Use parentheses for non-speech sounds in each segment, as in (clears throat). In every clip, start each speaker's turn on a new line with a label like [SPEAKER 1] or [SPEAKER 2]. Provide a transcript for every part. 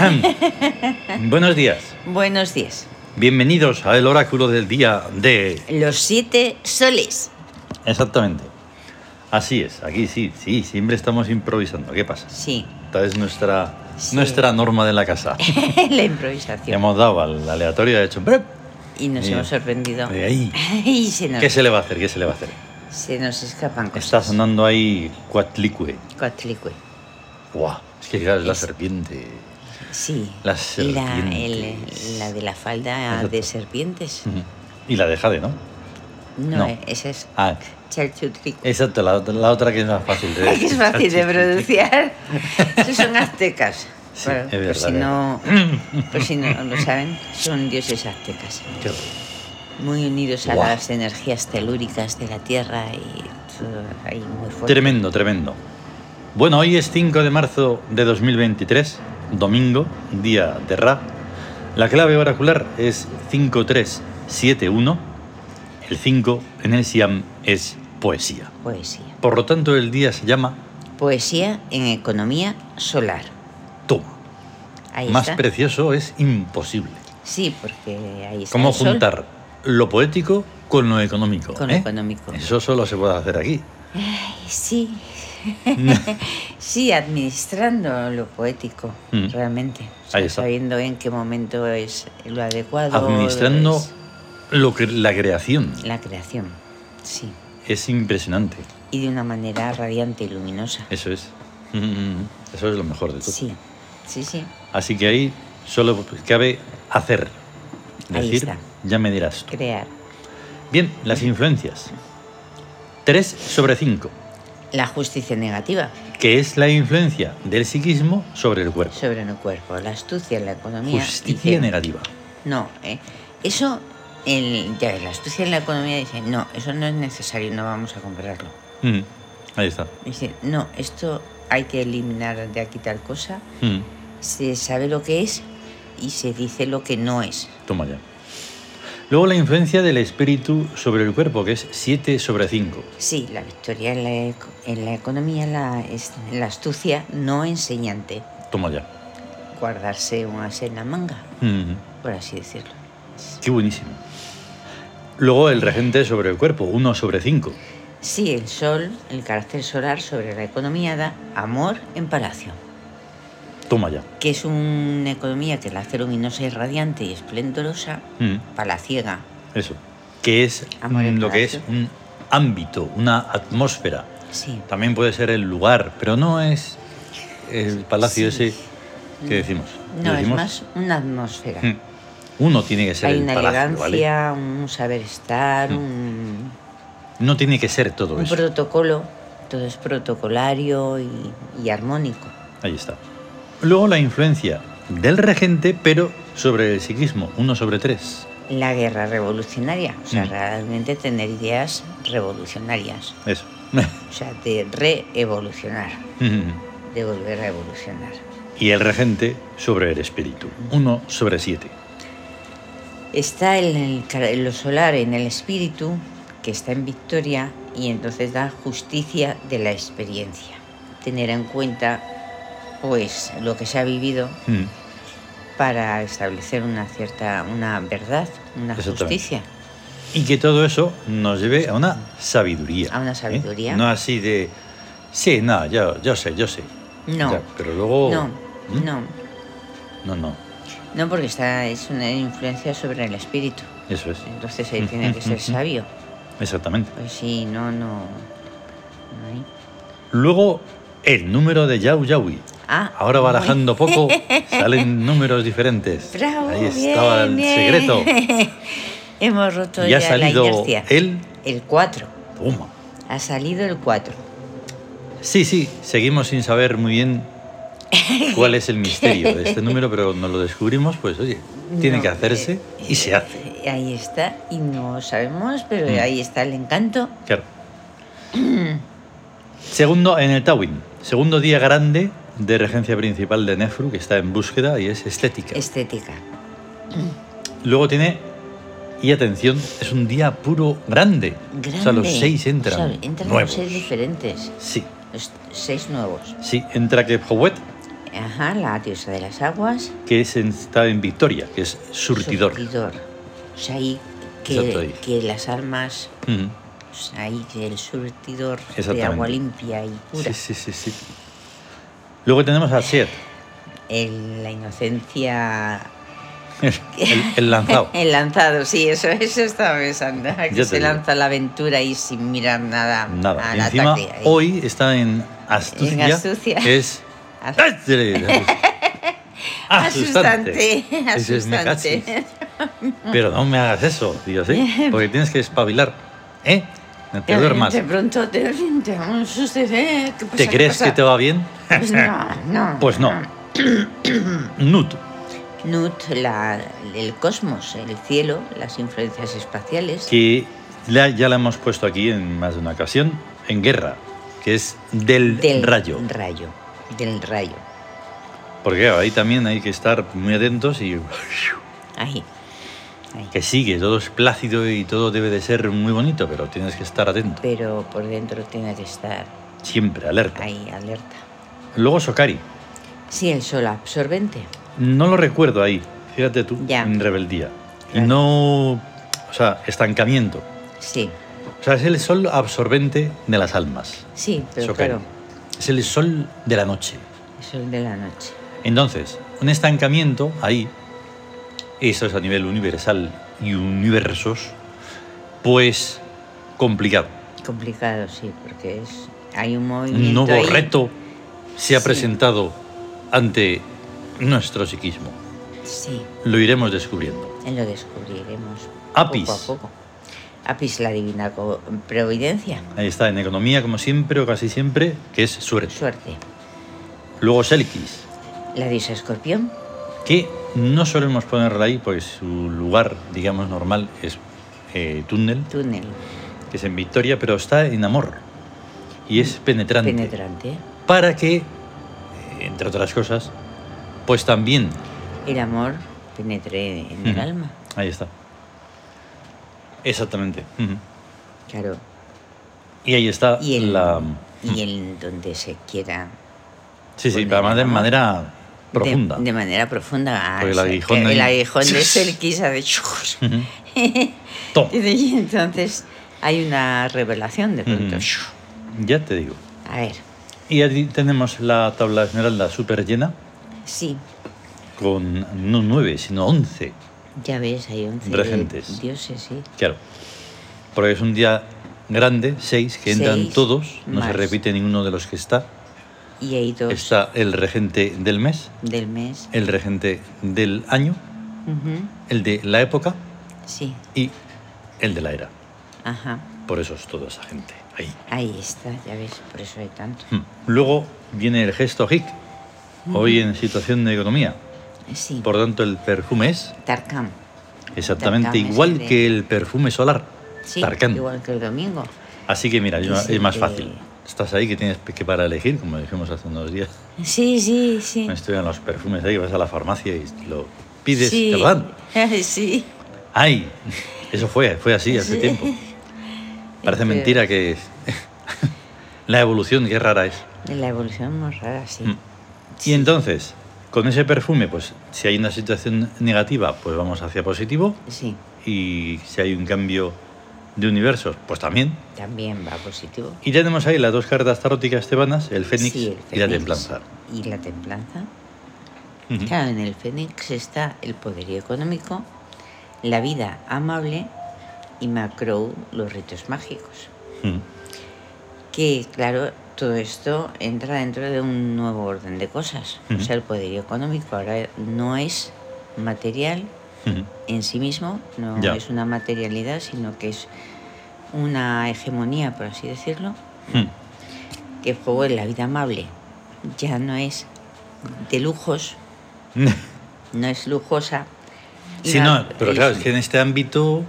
[SPEAKER 1] (laughs) Buenos días.
[SPEAKER 2] Buenos días.
[SPEAKER 1] Bienvenidos a el oráculo del día de...
[SPEAKER 2] Los siete soles.
[SPEAKER 1] Exactamente. Así es, aquí sí, sí, siempre estamos improvisando. ¿Qué pasa?
[SPEAKER 2] Sí, (laughs)
[SPEAKER 1] Esta es nuestra,
[SPEAKER 2] Sí.
[SPEAKER 1] nuestra norma de la
[SPEAKER 2] (laughs)
[SPEAKER 1] casa.
[SPEAKER 2] la
[SPEAKER 1] Le
[SPEAKER 2] improvisación.
[SPEAKER 1] hemos dado al aleatorio y ha hecho... "Brep".
[SPEAKER 2] Y nos
[SPEAKER 1] Mira.
[SPEAKER 2] hemos sorprendido.
[SPEAKER 1] De ahí.
[SPEAKER 2] Y se nos,
[SPEAKER 1] ¿Qué se le va a hacer? ¿Qué se le va a hacer?
[SPEAKER 2] se nos escapan
[SPEAKER 1] Está
[SPEAKER 2] cosas.
[SPEAKER 1] sonando ahí Cuatlicue.
[SPEAKER 2] Cuatlicue.
[SPEAKER 1] ¡Buah! Es que claro, es la
[SPEAKER 2] Es-
[SPEAKER 1] serpiente.
[SPEAKER 2] Sí.
[SPEAKER 1] Las
[SPEAKER 2] Y la,
[SPEAKER 1] serpientes.
[SPEAKER 2] el- la de la falda
[SPEAKER 1] Exacto.
[SPEAKER 2] de serpientes.
[SPEAKER 1] Ujú. Y la de Jade, ¿no?
[SPEAKER 2] No,
[SPEAKER 1] Mm. No. Eh,
[SPEAKER 2] eh, esa es
[SPEAKER 1] Ah,
[SPEAKER 2] Chalchutrico.
[SPEAKER 1] exacto, la, la otra que es más fácil de
[SPEAKER 2] (laughs) Es fácil
[SPEAKER 1] (laughs)
[SPEAKER 2] de pronunciar. Esos son aztecas.
[SPEAKER 1] Sí,
[SPEAKER 2] Bueno,
[SPEAKER 1] es
[SPEAKER 2] por, si no,
[SPEAKER 1] verdad,
[SPEAKER 2] por si no lo saben, son dioses aztecas.
[SPEAKER 1] Qué horror.
[SPEAKER 2] Muy unidos a
[SPEAKER 1] Guau.
[SPEAKER 2] las energías telúricas de la Tierra y todo ahí muy fuerte.
[SPEAKER 1] Tremendo, tremendo. Bueno, hoy es 5 de marzo de 2023, domingo, día de Ra. La clave oracular es 5371. El 5 en el Siam es poesía.
[SPEAKER 2] Poesía.
[SPEAKER 1] Por lo tanto, el día se llama
[SPEAKER 2] Poesía en economía solar.
[SPEAKER 1] Toma.
[SPEAKER 2] Ahí
[SPEAKER 1] Más
[SPEAKER 2] está.
[SPEAKER 1] precioso es imposible.
[SPEAKER 2] Sí, porque ahí está.
[SPEAKER 1] ¿Cómo
[SPEAKER 2] el sol.
[SPEAKER 1] juntar lo poético con lo económico?
[SPEAKER 2] Con lo
[SPEAKER 1] eh?
[SPEAKER 2] económico.
[SPEAKER 1] Eso solo se puede hacer aquí.
[SPEAKER 2] Ay, Sí, (laughs) sí, administrando lo poético,
[SPEAKER 1] Mm.
[SPEAKER 2] realmente. O sea,
[SPEAKER 1] Ahí está.
[SPEAKER 2] Sabiendo en qué momento es lo adecuado.
[SPEAKER 1] Administrando
[SPEAKER 2] es
[SPEAKER 1] lo que, la creación.
[SPEAKER 2] la creación, sí.
[SPEAKER 1] Es impresionante.
[SPEAKER 2] Y de una manera radiante y luminosa.
[SPEAKER 1] Eso es. Mm, Eso es lo mejor de todo.
[SPEAKER 2] Sí, sí, sí.
[SPEAKER 1] Así que ahí solo cabe hacer.
[SPEAKER 2] Ahí
[SPEAKER 1] Decir,
[SPEAKER 2] está.
[SPEAKER 1] ya me dirás tú.
[SPEAKER 2] Crear.
[SPEAKER 1] Bien, las influencias. 3 sobre 5,
[SPEAKER 2] La justicia negativa
[SPEAKER 1] que es la influencia del psiquismo sobre el cuerpo.
[SPEAKER 2] sobre el cuerpo, la astucia, la economía.
[SPEAKER 1] Justicia
[SPEAKER 2] dice,
[SPEAKER 1] negativa.
[SPEAKER 2] No, eh, eso, el, ya, la astucia en la economía dice, no, eso no es necesario, no vamos a comprarlo.
[SPEAKER 1] Mm, Ahí está.
[SPEAKER 2] Dice, no, esto hay que eliminar de aquí tal cosa,
[SPEAKER 1] Mm,
[SPEAKER 2] se sabe lo que es y se dice lo que no es.
[SPEAKER 1] Toma ya. Luego la influencia del espíritu sobre el cuerpo, que es 7 sobre 5.
[SPEAKER 2] Sí, la victoria en la, eco- en la economía, la, es- la astucia no enseñante,
[SPEAKER 1] Toma ya.
[SPEAKER 2] guardarse un as en la manga,
[SPEAKER 1] Mm.
[SPEAKER 2] por así decirlo.
[SPEAKER 1] Qué buenísimo. Luego el regente sobre el cuerpo, 1 sobre 5.
[SPEAKER 2] Sí, el sol, el carácter solar sobre la economía da amor en palacio.
[SPEAKER 1] Toma ya.
[SPEAKER 2] que es una economía que la hace luminosa y radiante y esplendorosa,
[SPEAKER 1] Mm,
[SPEAKER 2] palaciega.
[SPEAKER 1] Eso. Que es
[SPEAKER 2] Amor
[SPEAKER 1] mm,
[SPEAKER 2] en
[SPEAKER 1] lo que es
[SPEAKER 2] palacio.
[SPEAKER 1] un ámbito, una atmósfera.
[SPEAKER 2] Sí,
[SPEAKER 1] También puede ser el lugar, pero no es el palacio
[SPEAKER 2] Sí.
[SPEAKER 1] ese que decimos.
[SPEAKER 2] no, es
[SPEAKER 1] Decimos,
[SPEAKER 2] más una
[SPEAKER 1] (laughs)
[SPEAKER 2] atmósfera.
[SPEAKER 1] mm, Uno tiene que ser
[SPEAKER 2] Hay
[SPEAKER 1] el
[SPEAKER 2] una
[SPEAKER 1] palacio, ¿vale?
[SPEAKER 2] elegancia, un saber estar,
[SPEAKER 1] Mm.
[SPEAKER 2] un,
[SPEAKER 1] No tiene que ser todo
[SPEAKER 2] un
[SPEAKER 1] eso.
[SPEAKER 2] protocolo. Todo es protocolario y, y armónico.
[SPEAKER 1] Ahí está. Luego la influencia del regente, pero sobre el psiquismo, 1 sobre 3.
[SPEAKER 2] La guerra revolucionaria, o sea,
[SPEAKER 1] Mm.
[SPEAKER 2] realmente tener ideas revolucionarias,
[SPEAKER 1] Eso. (laughs)
[SPEAKER 2] o sea, de reevolucionar,
[SPEAKER 1] Mm.
[SPEAKER 2] de volver a evolucionar.
[SPEAKER 1] y el regente sobre el espíritu. 1 sobre 7.
[SPEAKER 2] Está el, el cara- lo solar en el espíritu, que está en victoria, y entonces da justicia de la experiencia. Tener en cuenta, pues, lo que se ha vivido
[SPEAKER 1] Mm.
[SPEAKER 2] para establecer una cierta, una verdad, una
[SPEAKER 1] Exactamente.
[SPEAKER 2] justicia.
[SPEAKER 1] Y que todo eso nos lleve a una sabiduría.
[SPEAKER 2] A una
[SPEAKER 1] ¿eh?
[SPEAKER 2] sabiduría.
[SPEAKER 1] No así de. Sí, nada, ya, yo sé, yo sé.
[SPEAKER 2] No,
[SPEAKER 1] Ya, pero luego.
[SPEAKER 2] no,
[SPEAKER 1] ¿Mm?
[SPEAKER 2] no,
[SPEAKER 1] No, no,
[SPEAKER 2] no, porque está, es una influencia sobre el espíritu.
[SPEAKER 1] Eso es.
[SPEAKER 2] Entonces ahí
[SPEAKER 1] Mm,
[SPEAKER 2] tiene que
[SPEAKER 1] mm, (laughs)
[SPEAKER 2] ser
[SPEAKER 1] mm, mm.
[SPEAKER 2] sabio.
[SPEAKER 1] Exactamente.
[SPEAKER 2] Pues sí, no, no. no hay.
[SPEAKER 1] Luego, el número de Yau Yaui.
[SPEAKER 2] Ah,
[SPEAKER 1] Ahora
[SPEAKER 2] muy- (laughs)
[SPEAKER 1] barajando poco, salen números diferentes.
[SPEAKER 2] Bravo,
[SPEAKER 1] Ahí estaba
[SPEAKER 2] bien,
[SPEAKER 1] el
[SPEAKER 2] bien. (laughs)
[SPEAKER 1] secreto.
[SPEAKER 2] Hemos roto
[SPEAKER 1] Y ha
[SPEAKER 2] ya
[SPEAKER 1] salido
[SPEAKER 2] la inercia.
[SPEAKER 1] el.
[SPEAKER 2] El 4.
[SPEAKER 1] Toma.
[SPEAKER 2] Ha salido el 4.
[SPEAKER 1] Sí, sí, seguimos sin saber muy bien
[SPEAKER 2] (laughs)
[SPEAKER 1] cuál es el misterio de este número, pero nos lo descubrimos, pues oye, tiene
[SPEAKER 2] No,
[SPEAKER 1] que hacerse
[SPEAKER 2] eh,
[SPEAKER 1] y se hace.
[SPEAKER 2] Ahí está. Y no sabemos, pero
[SPEAKER 1] Mm.
[SPEAKER 2] ahí está el encanto.
[SPEAKER 1] Claro. Segundo, en el Tawin, segundo día grande de regencia principal de Nefru, que está en búsqueda y es estética.
[SPEAKER 2] Estética.
[SPEAKER 1] Luego tiene, y atención, es un día puro grande.
[SPEAKER 2] Grande.
[SPEAKER 1] O sea, los seis entran.
[SPEAKER 2] O sea, entran los
[SPEAKER 1] nuevos.
[SPEAKER 2] seis diferentes.
[SPEAKER 1] Sí,
[SPEAKER 2] Los seis nuevos.
[SPEAKER 1] sí, entra que
[SPEAKER 2] Ajá, la diosa de las aguas.
[SPEAKER 1] que es en- está en Victoria, que es surtidor.
[SPEAKER 2] Surtidor. O sea, ahí
[SPEAKER 1] Exacto, ahí.
[SPEAKER 2] que, que las armas,
[SPEAKER 1] Mm,
[SPEAKER 2] o sea, ahí que el surtidor de
[SPEAKER 1] Exactamente.
[SPEAKER 2] agua limpia y pura.
[SPEAKER 1] Sí, sí, sí, sí. Luego tenemos a Siet,
[SPEAKER 2] El- la inocencia.
[SPEAKER 1] el,
[SPEAKER 2] (laughs)
[SPEAKER 1] el lanzado.
[SPEAKER 2] El lanzado, sí, eso, (laughs) eso estaba pensando. Que
[SPEAKER 1] Ya te
[SPEAKER 2] se
[SPEAKER 1] digo.
[SPEAKER 2] lanza a la aventura y sin mirar nada.
[SPEAKER 1] Nada.
[SPEAKER 2] al
[SPEAKER 1] Encima,
[SPEAKER 2] ataque ahí.
[SPEAKER 1] hoy está en astucia.
[SPEAKER 2] En astucia.
[SPEAKER 1] Es. (laughs)
[SPEAKER 2] As-
[SPEAKER 1] ¡Ah!
[SPEAKER 2] (laughs)
[SPEAKER 1] Asustante.
[SPEAKER 2] Asustante,
[SPEAKER 1] Dices, "Me
[SPEAKER 2] asustante".
[SPEAKER 1] cachis".
[SPEAKER 2] (laughs)
[SPEAKER 1] Pero no me hagas eso, digo, sí. Porque tienes que espabilar. ¿Eh? No te duermas.
[SPEAKER 2] De pronto te te da un susto y dices, "Eh, ¿qué pasa,
[SPEAKER 1] ¿Te
[SPEAKER 2] qué
[SPEAKER 1] crees
[SPEAKER 2] pasa?".
[SPEAKER 1] que te va bien?
[SPEAKER 2] Pues no, no. (coughs)
[SPEAKER 1] Pues no. Nut.
[SPEAKER 2] Nut, la- el cosmos, el cielo, las influencias espaciales.
[SPEAKER 1] que la- ya la hemos puesto aquí en más de una ocasión, en guerra, que es del,
[SPEAKER 2] del
[SPEAKER 1] rayo.
[SPEAKER 2] rayo, Del rayo.
[SPEAKER 1] Porque claro, ahí también hay que estar muy atentos y
[SPEAKER 2] Ahí. ahí.
[SPEAKER 1] que sigue, todo es plácido y todo debe de ser muy bonito, pero tienes que estar atento,
[SPEAKER 2] Pero por dentro tiene que estar
[SPEAKER 1] siempre alerta.
[SPEAKER 2] ahí, alerta.
[SPEAKER 1] Luego Sokari,
[SPEAKER 2] Sí, el sol absorbente.
[SPEAKER 1] no lo recuerdo ahí, fíjate tú,
[SPEAKER 2] Ya.
[SPEAKER 1] en rebeldía. Y
[SPEAKER 2] Claro.
[SPEAKER 1] no, o sea, estancamiento.
[SPEAKER 2] Sí,
[SPEAKER 1] O sea, es el sol absorbente de las almas.
[SPEAKER 2] sí, pero
[SPEAKER 1] Sokari.
[SPEAKER 2] claro,
[SPEAKER 1] Es el sol de la noche.
[SPEAKER 2] el sol de la noche.
[SPEAKER 1] Entonces, un estancamiento ahí, eso es a nivel universal y universos, pues complicado.
[SPEAKER 2] Complicado, sí, porque es hay un
[SPEAKER 1] Un
[SPEAKER 2] movimiento.
[SPEAKER 1] nuevo
[SPEAKER 2] ahí.
[SPEAKER 1] reto se ha
[SPEAKER 2] Sí.
[SPEAKER 1] presentado ante nuestro psiquismo.
[SPEAKER 2] Sí,
[SPEAKER 1] Lo iremos descubriendo.
[SPEAKER 2] eh, lo descubriremos
[SPEAKER 1] Apis.
[SPEAKER 2] poco a poco. Apis, la divina co- providencia.
[SPEAKER 1] Ahí está, en economía, como siempre o casi siempre, que es suerte.
[SPEAKER 2] Suerte.
[SPEAKER 1] Luego Selkis,
[SPEAKER 2] La diosa escorpión.
[SPEAKER 1] que no solemos ponerla ahí porque su lugar, digamos, normal es eh, túnel,
[SPEAKER 2] Túnel.
[SPEAKER 1] que es en Victoria, pero está en amor. Y es
[SPEAKER 2] Penetrante.
[SPEAKER 1] para que, eh, entre otras cosas, pues también,
[SPEAKER 2] El amor penetre en el
[SPEAKER 1] Ujú.
[SPEAKER 2] alma.
[SPEAKER 1] ahí está. Exactamente. ujú.
[SPEAKER 2] Claro.
[SPEAKER 1] Y ahí está
[SPEAKER 2] Y el,
[SPEAKER 1] la...
[SPEAKER 2] y el donde se quiera.
[SPEAKER 1] Sí, sí,
[SPEAKER 2] Poner
[SPEAKER 1] pero además de
[SPEAKER 2] amor.
[SPEAKER 1] manera
[SPEAKER 2] de-
[SPEAKER 1] profunda.
[SPEAKER 2] De, manera profunda. Ah,
[SPEAKER 1] Porque el
[SPEAKER 2] o sea,
[SPEAKER 1] aguijón
[SPEAKER 2] que el
[SPEAKER 1] ahí-
[SPEAKER 2] aguijón de
[SPEAKER 1] (laughs)
[SPEAKER 2] Selkis hace (laughs) chus.
[SPEAKER 1] Ujú. Tom,
[SPEAKER 2] y entonces hay una revelación de pronto.
[SPEAKER 1] Ujú. ya te digo.
[SPEAKER 2] A ver,
[SPEAKER 1] Y allí tenemos la tabla esmeralda súper llena,
[SPEAKER 2] sí,
[SPEAKER 1] con no nueve, sino once.
[SPEAKER 2] ya ves, hay 11
[SPEAKER 1] Regentes.
[SPEAKER 2] dioses, sí.
[SPEAKER 1] Claro. Porque es un día grande, seis, que entran
[SPEAKER 2] Seis,
[SPEAKER 1] todos, no se
[SPEAKER 2] más.
[SPEAKER 1] repite ninguno de los que está.
[SPEAKER 2] Y hay dos
[SPEAKER 1] Está el regente del mes,
[SPEAKER 2] del mes.
[SPEAKER 1] el regente del año,
[SPEAKER 2] Ujú,
[SPEAKER 1] el de la época
[SPEAKER 2] Sí,
[SPEAKER 1] y el de la era.
[SPEAKER 2] ajá.
[SPEAKER 1] Por eso es toda esa gente ahí.
[SPEAKER 2] Ahí está, ya ves, por eso hay tanto.
[SPEAKER 1] Hmm. Luego viene el gesto hic, hoy en situación de economía.
[SPEAKER 2] Sí,
[SPEAKER 1] Por tanto, el perfume es
[SPEAKER 2] Tarkam.
[SPEAKER 1] exactamente
[SPEAKER 2] Tarkan es
[SPEAKER 1] igual
[SPEAKER 2] el de-
[SPEAKER 1] que el perfume solar.
[SPEAKER 2] Sí,
[SPEAKER 1] Tarkan.
[SPEAKER 2] igual que el domingo.
[SPEAKER 1] Así que mira,
[SPEAKER 2] Es
[SPEAKER 1] yo-
[SPEAKER 2] el
[SPEAKER 1] es más
[SPEAKER 2] de-
[SPEAKER 1] fácil. Estás ahí que tienes que para elegir, como dijimos hace unos días.
[SPEAKER 2] Sí, sí, sí.
[SPEAKER 1] Me estudian los perfumes ahí, vas a la farmacia y lo pides
[SPEAKER 2] sí.
[SPEAKER 1] y te lo dan.
[SPEAKER 2] (laughs) sí.
[SPEAKER 1] ¡Ay! Eso fue, fue así hace
[SPEAKER 2] Sí. Este
[SPEAKER 1] tiempo. Parece
[SPEAKER 2] Pero-
[SPEAKER 1] mentira que (laughs) es. la evolución, qué rara es.
[SPEAKER 2] De la evolución más rara, sí.
[SPEAKER 1] Mm. Y entonces, con ese perfume, pues si hay una situación negativa, pues vamos hacia positivo.
[SPEAKER 2] Sí,
[SPEAKER 1] Y si hay un cambio de universos, pues también.
[SPEAKER 2] también va positivo.
[SPEAKER 1] Y tenemos ahí las dos cartas taróticas tebanas, el fénix
[SPEAKER 2] Sí, el
[SPEAKER 1] y la
[SPEAKER 2] fénix.
[SPEAKER 1] templanza.
[SPEAKER 2] Y la templanza.
[SPEAKER 1] Ujú.
[SPEAKER 2] Claro, en el Fénix está el poderío económico, la vida amable y Macro, los ritos mágicos.
[SPEAKER 1] Mm.
[SPEAKER 2] Que, claro, todo esto entra dentro de un nuevo orden de cosas. O
[SPEAKER 1] Ujú.
[SPEAKER 2] sea, el poderío económico ahora no es material
[SPEAKER 1] Ujú.
[SPEAKER 2] en sí mismo, no
[SPEAKER 1] Ya.
[SPEAKER 2] es una materialidad, sino que es una hegemonía, por así decirlo,
[SPEAKER 1] Mm.
[SPEAKER 2] que el juego en la vida amable ya no es de lujos,
[SPEAKER 1] (laughs)
[SPEAKER 2] no es lujosa. y
[SPEAKER 1] Sí,
[SPEAKER 2] la-
[SPEAKER 1] no, pero claro, es que en este ámbito.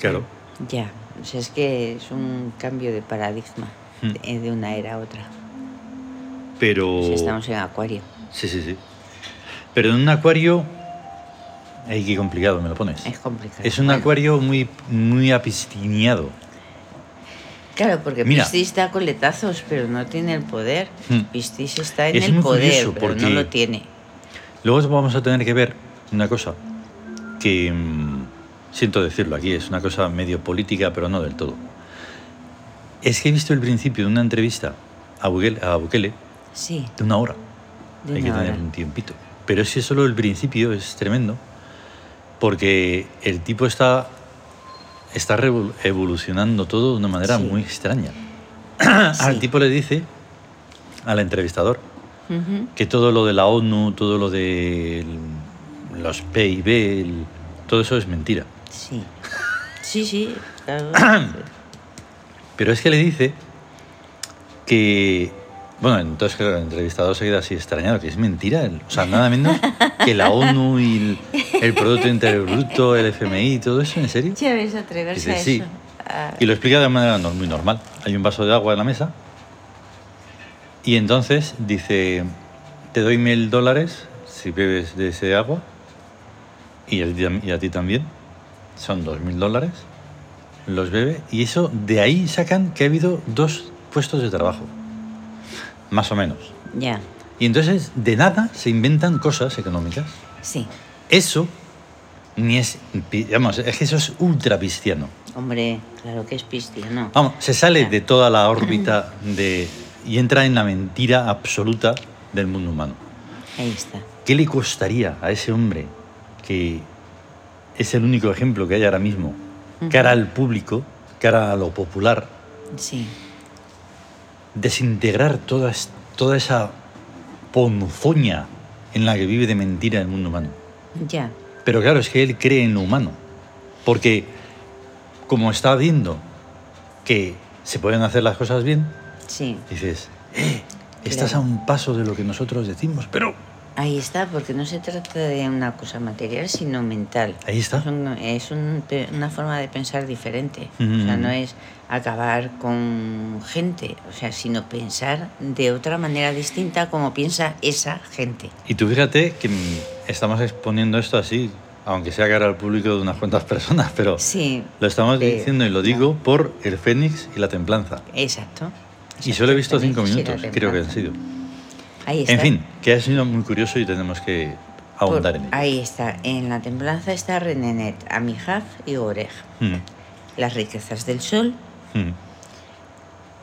[SPEAKER 1] Claro.
[SPEAKER 2] Ya, o sea, es que es un cambio de paradigma
[SPEAKER 1] Mm.
[SPEAKER 2] eh, de una era a otra.
[SPEAKER 1] Pero.
[SPEAKER 2] O sea, estamos en Acuario.
[SPEAKER 1] Sí, sí, sí. Pero en un acuario. Ay, qué complicado me lo pones.
[SPEAKER 2] Es complicado.
[SPEAKER 1] Es un
[SPEAKER 2] Bueno,
[SPEAKER 1] acuario muy, muy apistineado.
[SPEAKER 2] Claro, porque
[SPEAKER 1] Mira.
[SPEAKER 2] Piscis da coletazos, pero no tiene el poder.
[SPEAKER 1] Hmm.
[SPEAKER 2] Piscis está en
[SPEAKER 1] Es
[SPEAKER 2] el
[SPEAKER 1] muy
[SPEAKER 2] poder,
[SPEAKER 1] curioso,
[SPEAKER 2] pero
[SPEAKER 1] porque-
[SPEAKER 2] no lo tiene.
[SPEAKER 1] Luego vamos a tener que ver una cosa que mm, siento decirlo aquí, es una cosa medio política, pero no del todo. Es que he visto el principio de una entrevista a Bukele, a Bukele
[SPEAKER 2] Sí,
[SPEAKER 1] de una hora.
[SPEAKER 2] de
[SPEAKER 1] Hay que
[SPEAKER 2] una
[SPEAKER 1] tener
[SPEAKER 2] hora.
[SPEAKER 1] un tiempito. Pero si es solo el principio, es tremendo, porque el tipo está, está revol- evolucionando todo de una manera
[SPEAKER 2] Sí. Ah,
[SPEAKER 1] muy extraña.
[SPEAKER 2] Sí.
[SPEAKER 1] Ah, Al tipo le dice, al entrevistador,
[SPEAKER 2] Ujú.
[SPEAKER 1] que todo lo de la ONU, todo lo de los PIB, el- todo eso es mentira.
[SPEAKER 2] Sí. Sí, sí.
[SPEAKER 1] (coughs)
[SPEAKER 2] claro.
[SPEAKER 1] Pero es que le dice que... Bueno, entonces claro, el entrevistador se queda así extrañado, que es mentira. el- O sea, nada menos que la ONU y el, el Producto Interior Bruto, el FMI y todo eso, ¿en serio?
[SPEAKER 2] Ya ves atreverse
[SPEAKER 1] Dice,
[SPEAKER 2] a eso.
[SPEAKER 1] sí.
[SPEAKER 2] Ah,
[SPEAKER 1] Y lo explica de manera nor- muy normal. Hay un vaso de agua en la mesa y entonces dice, te doy mil dólares si bebes de ese agua y, el día- y a ti también. Son dos mil dólares. Los bebe y eso de ahí sacan que ha habido dos puestos de trabajo. Más o menos.
[SPEAKER 2] Ya,
[SPEAKER 1] Y entonces de nada se inventan cosas económicas.
[SPEAKER 2] sí.
[SPEAKER 1] Eso ni es... Vamos, es que eso es ultra cristiano.
[SPEAKER 2] Hombre, claro que es cristiano.
[SPEAKER 1] Vamos, se sale de toda la órbita de, y entra en la mentira absoluta del mundo humano.
[SPEAKER 2] Ahí está.
[SPEAKER 1] ¿Qué le costaría a ese hombre que es el único ejemplo que hay ahora mismo, cara al público, cara a lo popular,
[SPEAKER 2] Sí,
[SPEAKER 1] desintegrar toda, es- toda esa ponzoña en la que vive de mentira el mundo humano?
[SPEAKER 2] ya.
[SPEAKER 1] Pero claro, es que él cree en lo humano. Porque como está viendo que se pueden hacer las cosas bien,
[SPEAKER 2] Sí.
[SPEAKER 1] dices, eh, estás
[SPEAKER 2] Claro.
[SPEAKER 1] a un paso de lo que nosotros decimos, pero
[SPEAKER 2] Ahí está, porque no se trata de una cosa material, sino mental.
[SPEAKER 1] ahí está.
[SPEAKER 2] Es, un- es un pe- una forma de pensar diferente. O sea,
[SPEAKER 1] Mm.
[SPEAKER 2] no es acabar con gente, o sea, sino pensar de otra manera distinta como piensa esa gente.
[SPEAKER 1] Y tú fíjate que mm, estamos exponiendo esto así, aunque sea cara al público de unas cuantas personas, pero
[SPEAKER 2] Sí, Eh,
[SPEAKER 1] lo estamos
[SPEAKER 2] Pero,
[SPEAKER 1] diciendo y lo digo por el Fénix y la Templanza.
[SPEAKER 2] exacto.
[SPEAKER 1] Y solo he visto
[SPEAKER 2] Exacto,
[SPEAKER 1] cinco
[SPEAKER 2] sí, la
[SPEAKER 1] minutos, creo que han
[SPEAKER 2] templanza.
[SPEAKER 1] sido.
[SPEAKER 2] Ahí está.
[SPEAKER 1] En fin, que ha sido muy curioso y tenemos que
[SPEAKER 2] Por-
[SPEAKER 1] ahondar en ello.
[SPEAKER 2] Ahí está. En la templanza está Renenet, Amijaf y Goreg.
[SPEAKER 1] Mm,
[SPEAKER 2] Las riquezas del sol,
[SPEAKER 1] mm.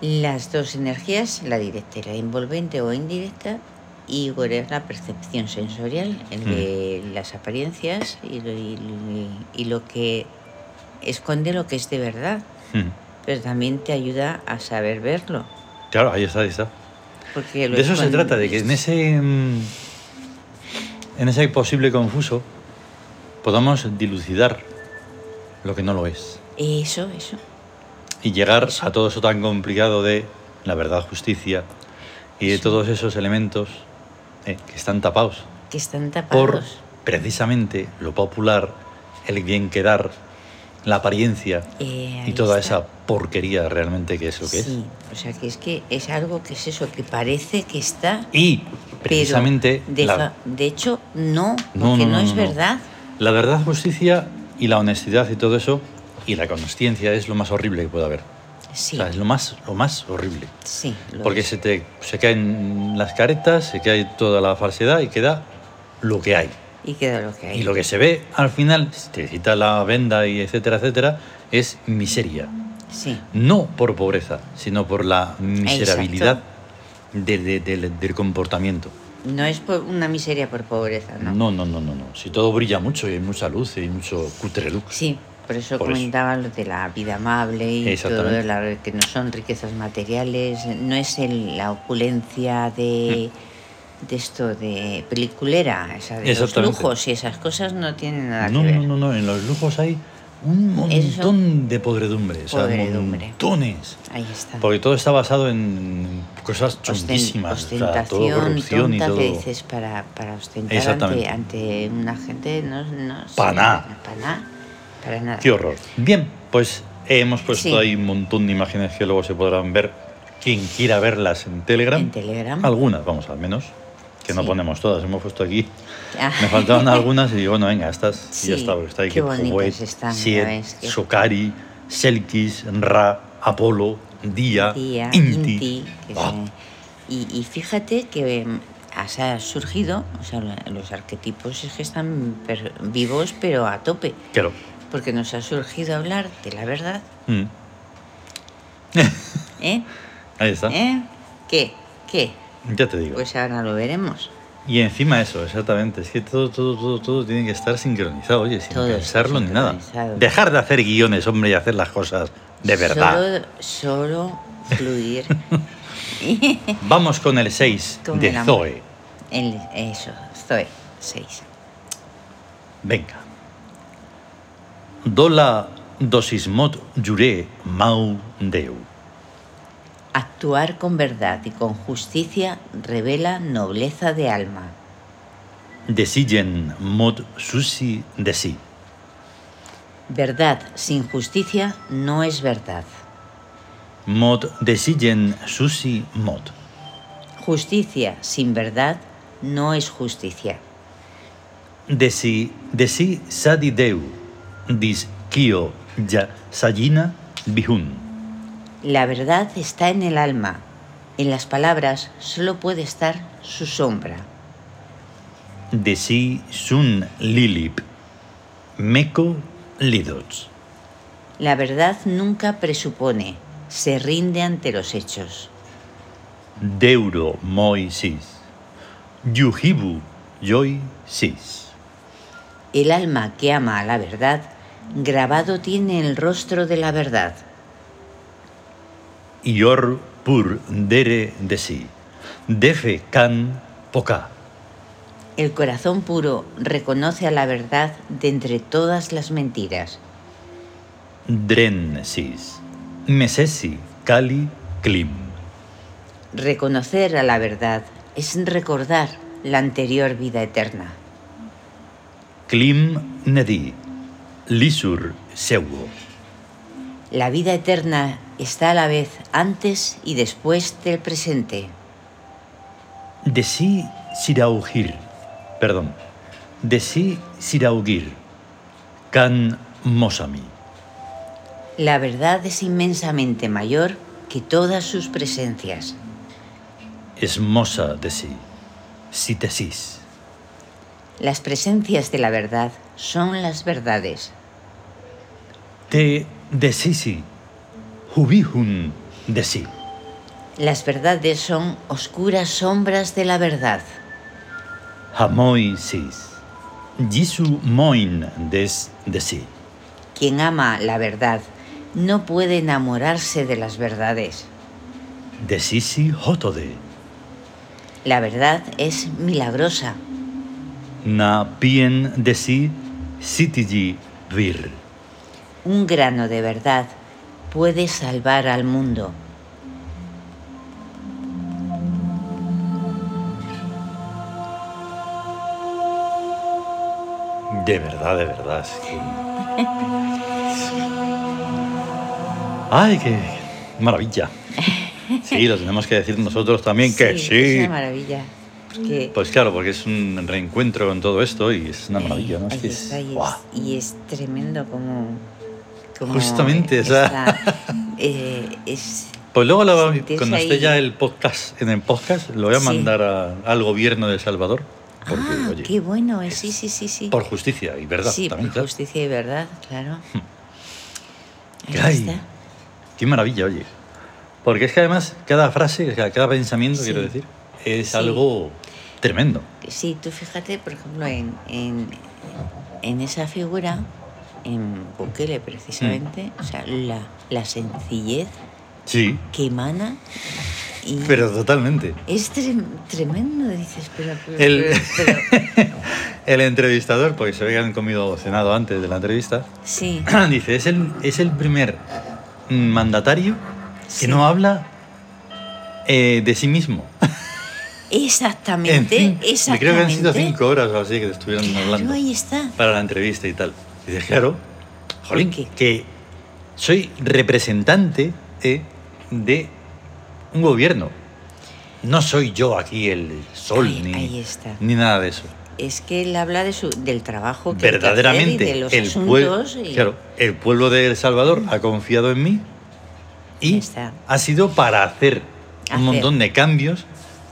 [SPEAKER 2] las dos energías, la directa y la envolvente o indirecta, y Goreg la percepción sensorial, el de
[SPEAKER 1] Mm.
[SPEAKER 2] las apariencias y lo, y- y lo que esconde lo que es de verdad,
[SPEAKER 1] Mm.
[SPEAKER 2] pero también te ayuda a saber verlo.
[SPEAKER 1] Claro, ahí está, ahí está.
[SPEAKER 2] Porque lo
[SPEAKER 1] De eso se
[SPEAKER 2] esconde-
[SPEAKER 1] trata, de que en ese, mm, en ese posible confuso podamos dilucidar lo que no lo es
[SPEAKER 2] Eso, eso.
[SPEAKER 1] y llegar a todo eso tan complicado de la verdad, justicia y de
[SPEAKER 2] Sí.
[SPEAKER 1] todos esos elementos eh, que están tapados
[SPEAKER 2] Que están
[SPEAKER 1] por
[SPEAKER 2] tapados.
[SPEAKER 1] precisamente lo popular, el bien quedar, la apariencia
[SPEAKER 2] Eh, ahí
[SPEAKER 1] y toda
[SPEAKER 2] está.
[SPEAKER 1] esa porquería realmente que es lo que es.
[SPEAKER 2] Sí, o sea que es que es algo que es eso, que parece que está,
[SPEAKER 1] Y precisamente
[SPEAKER 2] pero de,
[SPEAKER 1] la-
[SPEAKER 2] fa- de hecho no, porque
[SPEAKER 1] No,
[SPEAKER 2] no,
[SPEAKER 1] no, no,
[SPEAKER 2] es
[SPEAKER 1] no, no.
[SPEAKER 2] verdad.
[SPEAKER 1] La verdad, justicia y la honestidad y todo eso y la consciencia es lo más horrible que puede haber.
[SPEAKER 2] Sí,
[SPEAKER 1] O sea, es lo más, lo más horrible.
[SPEAKER 2] sí. lo
[SPEAKER 1] Porque
[SPEAKER 2] es.
[SPEAKER 1] se te se caen las caretas, se cae toda la falsedad y queda lo que hay.
[SPEAKER 2] Y queda lo que hay.
[SPEAKER 1] Y lo que se ve al final, si te quita la venda y etcétera, etcétera, es miseria.
[SPEAKER 2] Sí,
[SPEAKER 1] No por pobreza, sino por la miserabilidad de- de- de- del comportamiento.
[SPEAKER 2] no es por una miseria por pobreza, ¿no?
[SPEAKER 1] No, no, no, no, no. Si todo brilla mucho y hay mucha luz y hay mucho cutre lux.
[SPEAKER 2] Sí, por eso
[SPEAKER 1] Por eso.
[SPEAKER 2] comentaba lo de la vida amable y todo,
[SPEAKER 1] Exactamente.
[SPEAKER 2] la- que no son riquezas materiales, no es el- la opulencia de, de esto de peliculera, esa de los
[SPEAKER 1] Mm. Exactamente.
[SPEAKER 2] lujos y esas cosas no tienen nada
[SPEAKER 1] No,
[SPEAKER 2] que ver.
[SPEAKER 1] no, no, no, en los lujos hay un
[SPEAKER 2] Eso.
[SPEAKER 1] montón de podredumbre, o sea,
[SPEAKER 2] Podredumbre.
[SPEAKER 1] montones.
[SPEAKER 2] Ahí está.
[SPEAKER 1] Porque todo está basado en cosas
[SPEAKER 2] Osten-
[SPEAKER 1] chunguísimas, o sea, todo
[SPEAKER 2] ostentación
[SPEAKER 1] corrupción y
[SPEAKER 2] tonta
[SPEAKER 1] todo.
[SPEAKER 2] que dices para, para ostentar ante,
[SPEAKER 1] Exactamente.
[SPEAKER 2] ante una gente no, no sé,
[SPEAKER 1] Pa' nada.
[SPEAKER 2] pa' nada, para nada
[SPEAKER 1] Qué horror. Bien, pues hemos puesto
[SPEAKER 2] Sí.
[SPEAKER 1] ahí un montón de imágenes que luego se podrán ver quien quiera verlas en Telegram.
[SPEAKER 2] en Telegram
[SPEAKER 1] Algunas, vamos, al menos, que no
[SPEAKER 2] Sí.
[SPEAKER 1] ponemos todas, hemos puesto aquí.
[SPEAKER 2] Ah,
[SPEAKER 1] Me faltaban algunas y digo, bueno, venga, estas y ya
[SPEAKER 2] Sí,
[SPEAKER 1] está, porque está ahí
[SPEAKER 2] qué
[SPEAKER 1] que
[SPEAKER 2] bonitas
[SPEAKER 1] Huet,
[SPEAKER 2] están, ya
[SPEAKER 1] Siet,
[SPEAKER 2] ves que-
[SPEAKER 1] Sokari, Selkis, Ra, Apolo,
[SPEAKER 2] (laughs)
[SPEAKER 1] Día,
[SPEAKER 2] Tía,
[SPEAKER 1] Inti.
[SPEAKER 2] Inti, que
[SPEAKER 1] Ah,
[SPEAKER 2] se- y, y fíjate que mm, has- ha surgido, o sea, lo- los arquetipos es que están per- vivos pero a tope,
[SPEAKER 1] claro.
[SPEAKER 2] porque nos ha surgido hablar de la verdad,
[SPEAKER 1] Mm.
[SPEAKER 2] ¿eh?
[SPEAKER 1] Ahí está.
[SPEAKER 2] ¿Eh? ¿Qué? ¿Qué?
[SPEAKER 1] Ya te digo.
[SPEAKER 2] Pues ahora lo veremos.
[SPEAKER 1] Y encima eso, exactamente. Es que todo, todo, todo, todo tiene que estar sincronizado, oye, sin
[SPEAKER 2] Todo está
[SPEAKER 1] pensarlo ni nada.
[SPEAKER 2] sincronizado.
[SPEAKER 1] Dejar de hacer guiones, hombre, y hacer las cosas de verdad.
[SPEAKER 2] Solo, solo fluir
[SPEAKER 1] Vamos con el 6
[SPEAKER 2] Con
[SPEAKER 1] de
[SPEAKER 2] el amor.
[SPEAKER 1] Zoe.
[SPEAKER 2] en eso, Zoe, seis.
[SPEAKER 1] Venga. Dola dosismot jure mau deu.
[SPEAKER 2] Actuar con verdad y con justicia revela nobleza de alma.
[SPEAKER 1] Desigen mot susi desi.
[SPEAKER 2] Verdad sin justicia no es verdad.
[SPEAKER 1] Mot desigen susi mot.
[SPEAKER 2] Justicia sin verdad no es justicia.
[SPEAKER 1] Desi, desi sadi deu. Dis kio ja sagina bihun.
[SPEAKER 2] La verdad está en el alma. En las palabras solo puede estar su sombra.
[SPEAKER 1] de sí sun lilip, meco lidots.
[SPEAKER 2] La verdad nunca presupone, se rinde ante los hechos.
[SPEAKER 1] deuro moi sis, yuhibu yoi sis.
[SPEAKER 2] El alma que ama a la verdad, grabado tiene el rostro de la verdad.
[SPEAKER 1] Ior pur dere de sí, defe can poca.
[SPEAKER 2] El corazón puro reconoce a la verdad de entre todas las mentiras.
[SPEAKER 1] dren sis, mesesi cali clim.
[SPEAKER 2] Reconocer a la verdad es recordar la anterior vida eterna.
[SPEAKER 1] Clim nedi, lisur seuo.
[SPEAKER 2] La vida eterna está a la vez antes y después del presente.
[SPEAKER 1] De sí siraugir, perdón, de sí siraugir, can mosami,
[SPEAKER 2] La verdad es inmensamente mayor que todas sus presencias.
[SPEAKER 1] es mosa de sí, sitesis,
[SPEAKER 2] Las presencias de la verdad son las verdades.
[SPEAKER 1] te desisi, jubihun de sí,
[SPEAKER 2] Las verdades son oscuras sombras de la verdad.
[SPEAKER 1] hamoi sis, yisu moin des de sí,
[SPEAKER 2] Quien ama la verdad no puede enamorarse de las verdades.
[SPEAKER 1] desisi hotode,
[SPEAKER 2] La verdad es milagrosa.
[SPEAKER 1] na pien de sí, sitigi vir,
[SPEAKER 2] Un grano de verdad puede salvar al mundo.
[SPEAKER 1] De verdad, de verdad. es
[SPEAKER 2] (laughs)
[SPEAKER 1] que- Ay, qué
[SPEAKER 2] (laughs)
[SPEAKER 1] maravilla. Sí, lo tenemos que decir nosotros también que
[SPEAKER 2] Es
[SPEAKER 1] sí.
[SPEAKER 2] una maravilla. Porque
[SPEAKER 1] Pues claro, porque es un reencuentro con todo esto y es una maravilla, ¿no? Es
[SPEAKER 2] ahí
[SPEAKER 1] que es-
[SPEAKER 2] está, y,
[SPEAKER 1] ¡guau!
[SPEAKER 2] es, y es tremendo como... como
[SPEAKER 1] Justamente, o sea. (laughs)
[SPEAKER 2] está, eh, es-
[SPEAKER 1] Pues luego la va-
[SPEAKER 2] Sentirse
[SPEAKER 1] cuando esté
[SPEAKER 2] ahí.
[SPEAKER 1] ya el podcast, en el podcast, lo voy a
[SPEAKER 2] Sí.
[SPEAKER 1] mandar a- al gobierno de El Salvador. Porque,
[SPEAKER 2] ah,
[SPEAKER 1] oye,
[SPEAKER 2] qué bueno, eh, sí, sí, sí, sí.
[SPEAKER 1] por justicia y verdad
[SPEAKER 2] sí,
[SPEAKER 1] también,
[SPEAKER 2] por
[SPEAKER 1] claro. Hmm.
[SPEAKER 2] justicia y verdad, claro. Ahí
[SPEAKER 1] Ay,
[SPEAKER 2] está.
[SPEAKER 1] Qué maravilla, oye. Porque es que además cada frase, o sea, cada pensamiento,
[SPEAKER 2] Sí.
[SPEAKER 1] quiero decir, es
[SPEAKER 2] Sí.
[SPEAKER 1] algo tremendo.
[SPEAKER 2] Sí, tú fíjate, por ejemplo, en, en, en esa figura, en Bukele precisamente,
[SPEAKER 1] Mm.
[SPEAKER 2] o sea, la, la sencillez
[SPEAKER 1] Sí,
[SPEAKER 2] que emana y
[SPEAKER 1] pero totalmente.
[SPEAKER 2] es trem- tremendo, dices, pero... pero-
[SPEAKER 1] El- (laughs)
[SPEAKER 2] pero- pero-
[SPEAKER 1] El entrevistador, porque se ve que han comido o cenado antes de la entrevista, (clears throat)
[SPEAKER 2] sí,
[SPEAKER 1] dice, es el, es el primer mandatario que
[SPEAKER 2] Sí.
[SPEAKER 1] no habla eh, de sí mismo. En
[SPEAKER 2] exactamente,
[SPEAKER 1] fin, me
[SPEAKER 2] exactamente.
[SPEAKER 1] creo que han sido cinco horas o así que estuvieron
[SPEAKER 2] Claro,
[SPEAKER 1] hablando
[SPEAKER 2] ahí está.
[SPEAKER 1] para la entrevista y tal. Y dices, claro, jolín,
[SPEAKER 2] ¿Por qué?
[SPEAKER 1] que soy representante eh, de un gobierno. No soy yo aquí el sol
[SPEAKER 2] Ahí-
[SPEAKER 1] ni,
[SPEAKER 2] ahí está.
[SPEAKER 1] ni nada de eso.
[SPEAKER 2] Es que él habla de su, del trabajo que hay que hacer
[SPEAKER 1] Verdaderamente,
[SPEAKER 2] y de los
[SPEAKER 1] el, pue-
[SPEAKER 2] asuntos y-
[SPEAKER 1] claro, el pueblo de El Salvador ha confiado en mí Y
[SPEAKER 2] Está.
[SPEAKER 1] ha sido para hacer
[SPEAKER 2] Hacer.
[SPEAKER 1] un montón de cambios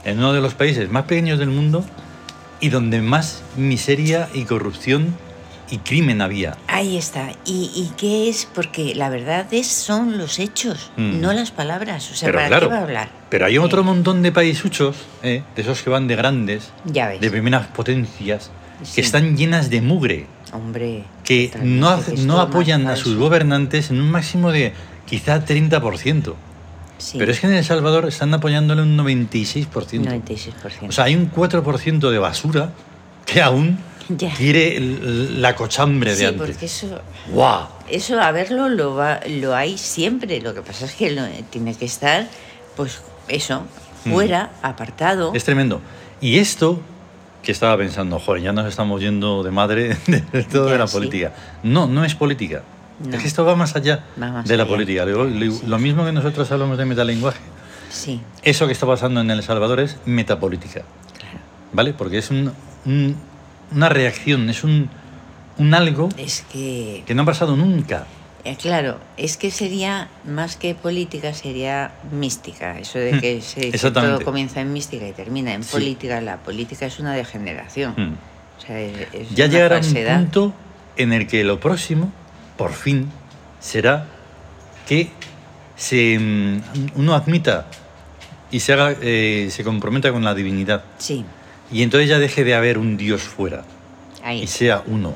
[SPEAKER 1] en uno de los países más pequeños del mundo y donde más miseria y corrupción y crimen había.
[SPEAKER 2] Ahí está. ¿Y, y qué es? Porque la verdad es son los hechos,
[SPEAKER 1] Mm.
[SPEAKER 2] no las palabras. O sea,
[SPEAKER 1] Pero
[SPEAKER 2] ¿para
[SPEAKER 1] claro,
[SPEAKER 2] qué va a hablar?
[SPEAKER 1] Pero hay
[SPEAKER 2] Eh,
[SPEAKER 1] otro montón de paisuchos, eh, de esos que van de grandes,
[SPEAKER 2] Ya ves.
[SPEAKER 1] de primeras potencias,
[SPEAKER 2] Sí.
[SPEAKER 1] que están llenas de mugre,
[SPEAKER 2] Hombre.
[SPEAKER 1] que
[SPEAKER 2] totalmente,
[SPEAKER 1] no, hace-
[SPEAKER 2] que es
[SPEAKER 1] no
[SPEAKER 2] todo
[SPEAKER 1] apoyan
[SPEAKER 2] más
[SPEAKER 1] a sus
[SPEAKER 2] falso.
[SPEAKER 1] gobernantes en un máximo de quizá 30%.
[SPEAKER 2] Sí,
[SPEAKER 1] Pero es que en El Salvador están apoyándole un 96%.
[SPEAKER 2] 96%.
[SPEAKER 1] O sea, hay un 4% de basura que aún
[SPEAKER 2] (laughs) Ya.
[SPEAKER 1] quiere el- la cochambre
[SPEAKER 2] sí,
[SPEAKER 1] de antes.
[SPEAKER 2] porque eso,
[SPEAKER 1] ¡Guau!
[SPEAKER 2] eso a verlo lo, va, lo hay siempre. Lo que pasa es que lo, tiene que estar, pues eso,
[SPEAKER 1] Mm.
[SPEAKER 2] fuera, apartado.
[SPEAKER 1] Es tremendo. Y esto que estaba pensando, joder, ya nos estamos yendo de madre (laughs) de todo
[SPEAKER 2] Ya,
[SPEAKER 1] de la
[SPEAKER 2] sí.
[SPEAKER 1] política. No, no es política.
[SPEAKER 2] No.
[SPEAKER 1] Es que esto va más allá
[SPEAKER 2] Va más
[SPEAKER 1] de la
[SPEAKER 2] allá.
[SPEAKER 1] política. Lo, lo-
[SPEAKER 2] Sí.
[SPEAKER 1] lo mismo que nosotros hablamos de metalenguaje.
[SPEAKER 2] Sí,
[SPEAKER 1] Eso que está pasando en El Salvador es metapolítica,
[SPEAKER 2] claro.
[SPEAKER 1] ¿vale? Porque es un- un- una reacción, es un, un algo
[SPEAKER 2] Es que,
[SPEAKER 1] que no ha pasado nunca.
[SPEAKER 2] eh, claro, es que sería más que política, sería mística. Eso de
[SPEAKER 1] Mm,
[SPEAKER 2] que se dice
[SPEAKER 1] exactamente.
[SPEAKER 2] todo comienza en mística y termina en
[SPEAKER 1] Sí.
[SPEAKER 2] política. La política es una degeneración.
[SPEAKER 1] Mm.
[SPEAKER 2] O sea, es, es
[SPEAKER 1] Ya
[SPEAKER 2] una
[SPEAKER 1] llegará
[SPEAKER 2] falsedad.
[SPEAKER 1] un punto en el que lo próximo, por fin, será que se, mm, uno admita y se, haga, eh, se comprometa con la divinidad.
[SPEAKER 2] Sí,
[SPEAKER 1] Y entonces ya deje de haber un Dios fuera
[SPEAKER 2] ahí.
[SPEAKER 1] y sea uno.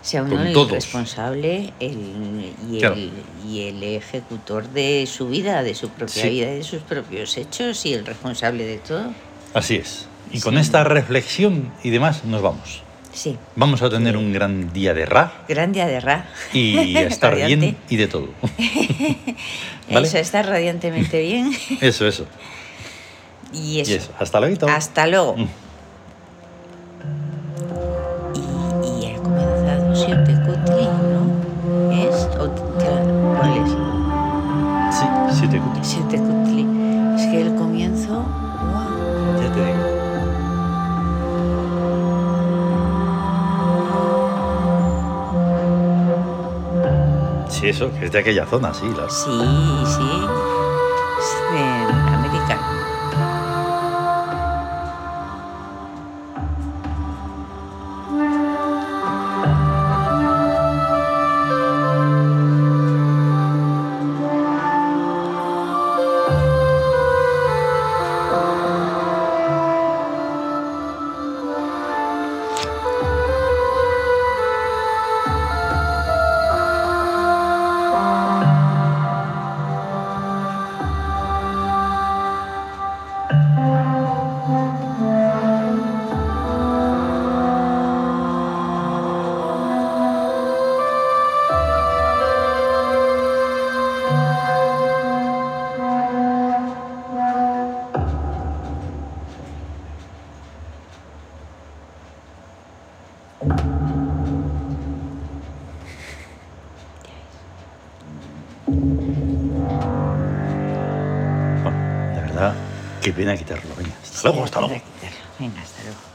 [SPEAKER 2] sea uno
[SPEAKER 1] con
[SPEAKER 2] el
[SPEAKER 1] todos.
[SPEAKER 2] responsable el, y,
[SPEAKER 1] Claro.
[SPEAKER 2] el, y el ejecutor de su vida, de su propia
[SPEAKER 1] Sí.
[SPEAKER 2] vida, de sus propios hechos y el responsable de todo.
[SPEAKER 1] Así es. Y con
[SPEAKER 2] Sí.
[SPEAKER 1] esta reflexión y demás nos vamos.
[SPEAKER 2] Sí.
[SPEAKER 1] Vamos a tener
[SPEAKER 2] Sí.
[SPEAKER 1] un gran día de Ra
[SPEAKER 2] Gran día de Ra. (laughs)
[SPEAKER 1] y a estar bien
[SPEAKER 2] Radiante.
[SPEAKER 1] y
[SPEAKER 2] (laughs)
[SPEAKER 1] de todo. ¿Vale?
[SPEAKER 2] Eso está radiantemente bien. (laughs)
[SPEAKER 1] Eso, eso.
[SPEAKER 2] Y eso.
[SPEAKER 1] Y eso. Hasta luego.
[SPEAKER 2] Hasta luego.
[SPEAKER 1] Mm.
[SPEAKER 2] Y, y ha comenzado siempre cutre, ¿no? Es otra. ¿Cuál es?
[SPEAKER 1] Sí, sí te escucho.
[SPEAKER 2] Siete cutli. Es que el comienzo. ¡guau!
[SPEAKER 1] Ya te digo. Sí, eso, que es de aquella zona, sí. las-
[SPEAKER 2] Sí, sí. Es de América.
[SPEAKER 1] Bueno, la verdad, qué pena quitarlo. Venga, hasta luego, hasta luego.
[SPEAKER 2] Venga, hasta luego.